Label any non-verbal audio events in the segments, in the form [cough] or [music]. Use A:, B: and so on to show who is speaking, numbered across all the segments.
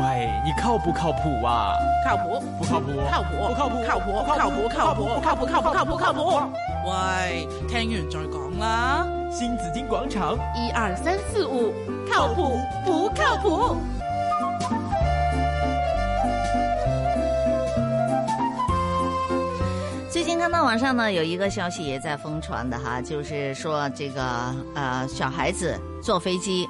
A: 喂，你靠不靠谱啊？
B: 靠谱，
A: 不靠谱，
B: 靠谱，
A: 不靠谱，
B: 靠谱，靠谱，靠谱，靠谱，靠谱，靠谱，靠谱。喂，聽完再講啦。
A: 新紫金广场，
C: 一二三四五，靠谱不靠谱？
D: 最近看到网上呢有一个消息也在疯传的哈，就是说这个呃小孩子坐飞机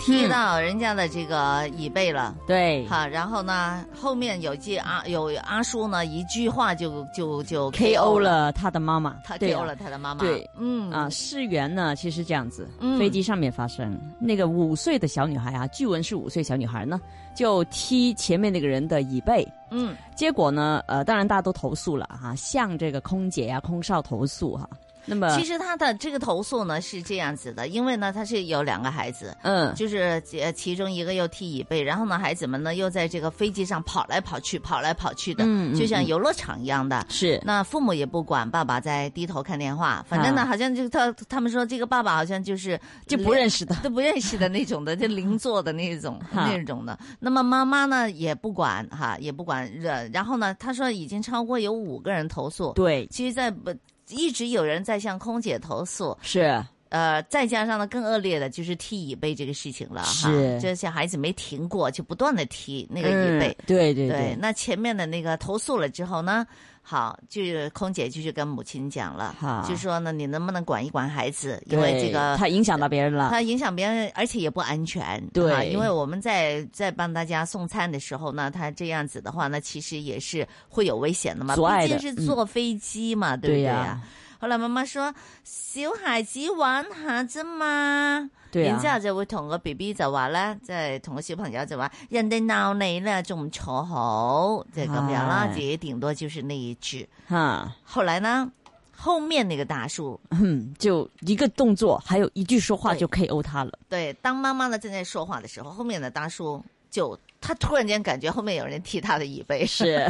D: 踢到人家的这个椅背了，
E: 对，
D: 好，然后呢后面有句阿有阿叔呢一句话就就就
E: KO 了他的妈妈，
D: 他
E: 对啊
D: KO 了他的妈妈，
E: 对
D: 嗯
E: 啊，事源呢，其实这样子，
D: 嗯
E: 飞机上面发生那个五岁的小女孩啊，据闻是五岁小女孩呢，就踢前面那个人的椅背，
D: 嗯
E: 结果呢，呃，当然大家都投诉了哈、向这个空姐呀、空少投诉哈、那么
D: 其实他的这个投诉呢是这样子的，因为呢他是有两个孩子，
E: 嗯，
D: 就是呃其中一个又踢椅背，然后呢孩子们呢又在这个飞机上跑来跑去，跑来跑去的，
E: 嗯嗯
D: 就像
E: 嗯
D: 游乐场一样的。
E: 是
D: 那父母也不管，爸爸在低头看电话。反正呢，
E: 啊
D: 好像就他他们说这个爸爸好像就是
E: 就不认识的，
D: [laughs] 都不认识的那种的，就邻座的那种
E: [laughs] 哈
D: 那种的。那么妈妈呢也不管哈，也不管。呃然后呢，他说已经超过有五个人投诉。
E: 对，
D: 其实在，不一直有人在向空姐投诉，
E: 是
D: 呃，再加上呢更恶劣的就是踢椅背这个事情了哈
E: 是。
D: 这小孩子没停过，就不断的踢那个椅背。
E: 嗯对对
D: 对，那前面的那个投诉了之后呢，好，就是空姐就去跟母亲讲了
E: 好，
D: 就说呢，你能不能管一管孩子，因
E: 对
D: 为这个
E: 他影响到别人了，
D: 它影响别人，而且也不安全。
E: 对
D: 啊因为我们在在帮大家送餐的时候呢，他这样子的话呢，其实也是会有危险的嘛，
E: 阻碍
D: 毕
E: 的嗯
D: 竟是坐飞机嘛，对不对
E: 呀、
D: 啊？后来妈妈说：小孩子玩下啫嘛，
E: 对啊呀、
D: 然之後就會同個 B B 就話咧，即係同個小朋友就話：人哋鬧你咧，仲唔坐好？就係咁樣啦，
E: 係
D: 自己頂多就是那一句。
E: 哈，
D: 後來呢，後面那個大叔
E: 嗯，就一个动作，还有一句说话
D: 对
E: 就 KO 他了，
D: 对，当妈妈呢正在说话的时候，后面的大叔就他突然间感觉后面有人踢他的椅背，
E: [laughs] [laughs] 是，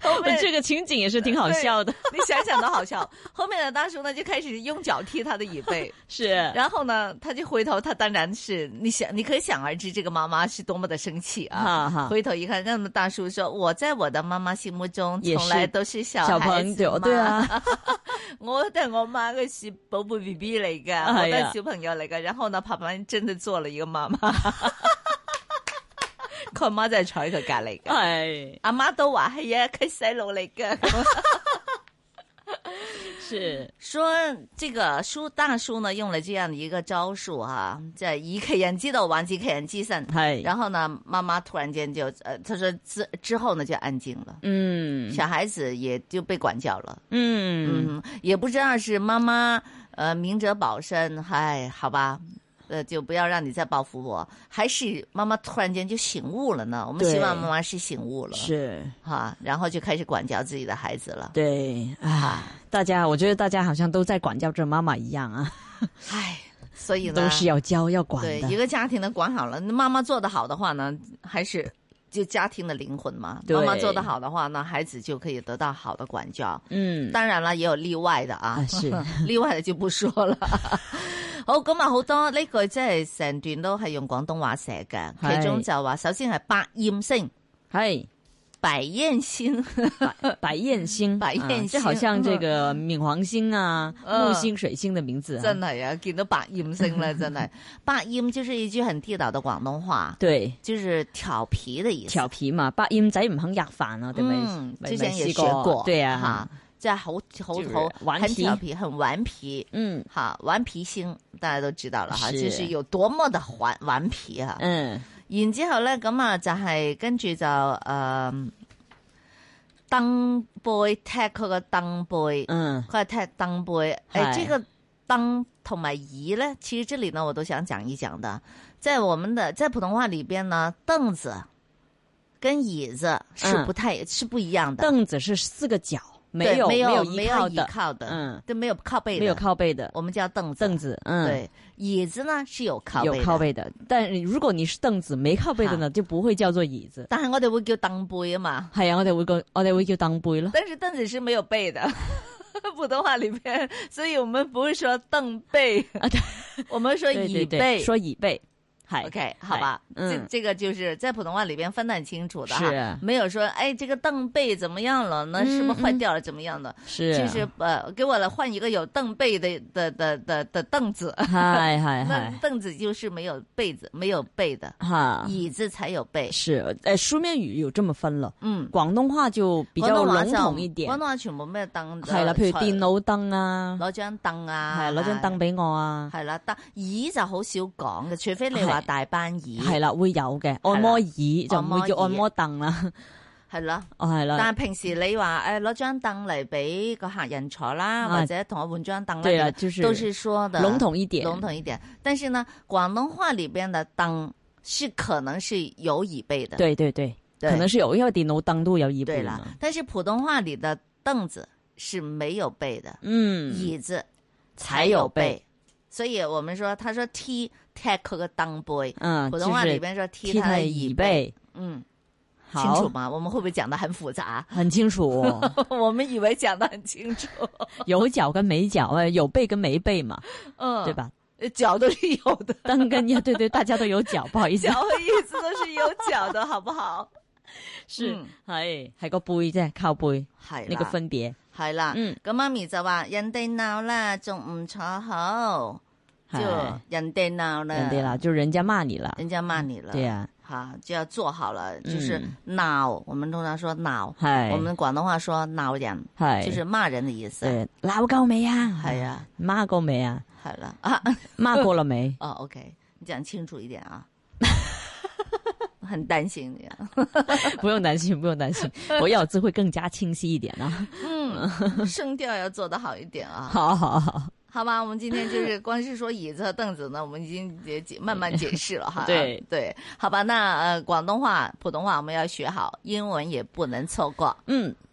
D: 后面
E: 这个情景也是挺好笑的，
D: 你想想都好笑。后面的大叔呢就开始用脚踢他的椅背，
E: 是。
D: 然后呢他就回头，他当然是你想你可想而知这个妈妈是多么的生气啊。
E: 哈哈，
D: 回头一看，那么大叔说：“我在我的妈妈心目中
E: 也
D: 从来
E: 是
D: 都是小
E: 小
D: 孩
E: 朋
D: 子
E: 友
D: 嘛
E: 对啊，
D: [laughs] 我都系我妈嘅小宝贝 B B 嚟噶，
E: 哎
D: 我都
E: 呀
D: 系小朋友嚟噶。然后呢，旁边真的坐了一个
E: [laughs]
D: 妈妈，佢阿妈真系坐喺佢隔篱噶。
E: 哎，
D: 阿妈都话系啊，佢细路嚟噶。
E: 是
D: [laughs] 说这个叔大叔呢，用了这样的一个招数啊，在以其人之道还其其人之身。
E: 系，
D: 然后呢，妈妈突然间就呃，她说之之后呢就安静了，
E: 嗯
D: 小孩子也就被管教了。
E: 嗯，
D: 嗯，也不知道是妈妈呃明哲保身，嗨，好吧，呃，就不要让你再报复我，还是妈妈突然间就醒悟了呢？我们
E: 对
D: 希望妈妈是醒悟了，
E: 是
D: 哈，然后就开始管教自己的孩子了。
E: 对啊，大家，我觉得大家好像都在管教着妈妈一样啊，
D: 唉，哎所以呢，
E: 都是要教要管
D: 对一
E: 的，
D: 个家庭的管好了，那妈妈做得好的话呢，还是。就家庭的灵魂嘛，
E: 对
D: 妈妈做得好的话呢，孩子就可以得到好的管教。
E: 嗯
D: 当然啦，也有例外的啊
E: 啊，是
D: [laughs] 例外就不说啦。 [laughs] 好咁啊，好多呢句真系成段都系用廣東話寫嘅，
E: 係
D: 其中就話首先係百厭星、
E: 系
D: 百
E: [laughs]
D: 厭星，
E: 白哎燕
D: [laughs]
E: 星，
D: 白
E: 啊
D: 燕
E: 这
D: 星
E: 好像这个冥王星啊、
D: 嗯
E: 木星、水星的名字啊，
D: 真係啊，見到百厭星
E: [laughs]
D: 咧，真係百厭就是一句很地道的廣東話，
E: 对。
D: 就是調皮的意思。
E: 调皮嘛，白燕仔唔肯吔飯啊，對咪？
D: 嗯，
E: 咪
D: 之前
E: 咪
D: 也
E: 試
D: 學過，
E: 對啊，
D: 哈，即係好好
E: 就是
D: 好
E: 頑
D: 很
E: 皮啊
D: 調皮，很頑皮。
E: 嗯
D: 哈，顽皮星大家都知道了哈，
E: 是
D: 就是有多么的顽顽皮啊。
E: 嗯，
D: 然之後咧，咁啊就係、跟住就誒、呃、蹬杯踢佢個蹬杯，
E: 嗯，
D: 佢係踢蹬杯。誒、
E: 係
D: 這個蹬同埋椅咧，其實這裡呢我都想講一講的，在我們的在普通話裡邊呢，凳子跟椅子是
E: 嗯
D: 不太、是不一樣的，
E: 凳子是四个角，
D: 對
E: 没有
D: 沒有
E: 依
D: 沒有
E: 靠
D: 倚
E: 的，
D: 靠的，
E: 嗯，
D: 都沒有靠背的，
E: 没有，靠背的
D: 我們叫凳子。
E: 凳子，嗯，，
D: 對，椅子呢是有靠背的，
E: 有靠背的。但如果你是凳子没靠背的呢，就不會叫做椅子。
D: 但係我哋會叫凳背啊嘛。
E: 係啊，我哋會叫我哋會叫凳背咯。
D: 但是凳子是没有背的， [laughs] 普通话里面，所以我们不会说凳背，我们说
E: 啊对对
D: 椅
E: 对
D: 背，
E: 说椅背，系
D: OK，好吧，这
E: 嗯
D: 这个就是在普通话里边分得很清楚的哈
E: 是，啊嗯
D: 没有说哎这个凳背怎么样了，那是不是坏掉了怎么样的，
E: 是啊 [laughs]
D: 就是呃给我来换一个有凳背的的的的的凳子，
E: 系系
D: [laughs] 那
E: 系
D: 凳子就是没有被子，没有背的，
E: 哈。
D: 椅子才有背，
E: 啊是，呃，书面语有这么分了，
D: 嗯，
E: 广东话就比较
D: 廣東話
E: 笼
D: 就
E: 統一點，
D: 廣東話全部咩凳
E: 係啦，譬如電腦凳啊，
D: 攞張凳啊，
E: 係攞張凳俾我啊，
D: 係啦，凳椅就好少講嘅，除非你話
E: 係
D: 大班椅，
E: 係啦，會有嘅，
D: 啦
E: 按摩椅就唔
D: 按摩
E: 會叫
D: 椅
E: 按摩凳啦， [laughs]
D: 係啦。
E: 哦係啦，
D: 但係平時你話誒攞張凳嚟俾個客人坐啦，
E: 啊
D: 或者同我換張凳啦，
E: 對啦
D: 這個
E: 就是
D: 都是說的
E: 籠統一點，
D: 籠統一點。但是呢，廣東話裡邊的凳是可能是有椅背的，
E: 對對對，
D: 對
E: 可能是有，因為電腦凳都有椅背
D: 對
E: 嘛
D: 啦，。但是普通話裡的凳子是沒有背的，
E: 嗯，
D: 椅子
E: 才有背，
D: 所以我們說，他說踢踢佢個凳背，
E: 嗯，
D: 普通話
E: 就是
D: 裡邊說踢
E: 踢
D: 他
E: 他
D: 的
E: 椅
D: 背，
E: 背，
D: 嗯，清楚
E: 好，
D: 嗎？我們會不會講得很複雜？
E: 很清楚，
D: [laughs]
E: 哦
D: [laughs] 我們以為講得很清楚， [laughs]
E: 有腳跟沒腳，呃有背跟沒背嘛，
D: 嗯，
E: 對？吧？
D: 腳都是有的。
E: 蹬跟也对对，大家都有腳，不好意思
D: [laughs] 脚，和椅子都是有脚的，好不好？
E: 是
D: 嗯
E: 係係個背啫，靠背
D: 系啦，
E: 呢個分別。
D: 系啦。
E: 嗯
D: 咁媽咪就話：人哋鬧啦，仲唔坐好？就
E: 係
D: 人哋鬧啦，
E: 人哋啦，，就是人家骂你了，
D: 人家罵你了，
E: 对呀、
D: 哈，就要做好了。就是
E: 嗯
D: 鬧，我們通常說鬧，
E: 啊，系
D: 我們廣東話說鬧人，
E: 系
D: 就是罵人的意思。
E: 对闹够未啊？
D: 係啊，
E: 骂过未啊？
D: 係啦， [laughs] 啊，？
E: 骂过了没
D: [laughs] 哦，OK，你講清楚一點
E: [laughs]
D: 啊。很擔心你啊， [laughs]
E: 不用担心，不用担心，我咬字会更加清晰一点啊。
D: 嗯，聲調要做得好一點啊。
E: 好好好，
D: 好吧，我们今天就是 [laughs] 光是说椅子和凳子呢，我们已经也解慢慢解释了哈。
E: 对
D: [laughs] 对，好吧，那呃，广东话、普通话我们要学好，英文也不能错过
E: 嗯，
D: 啊。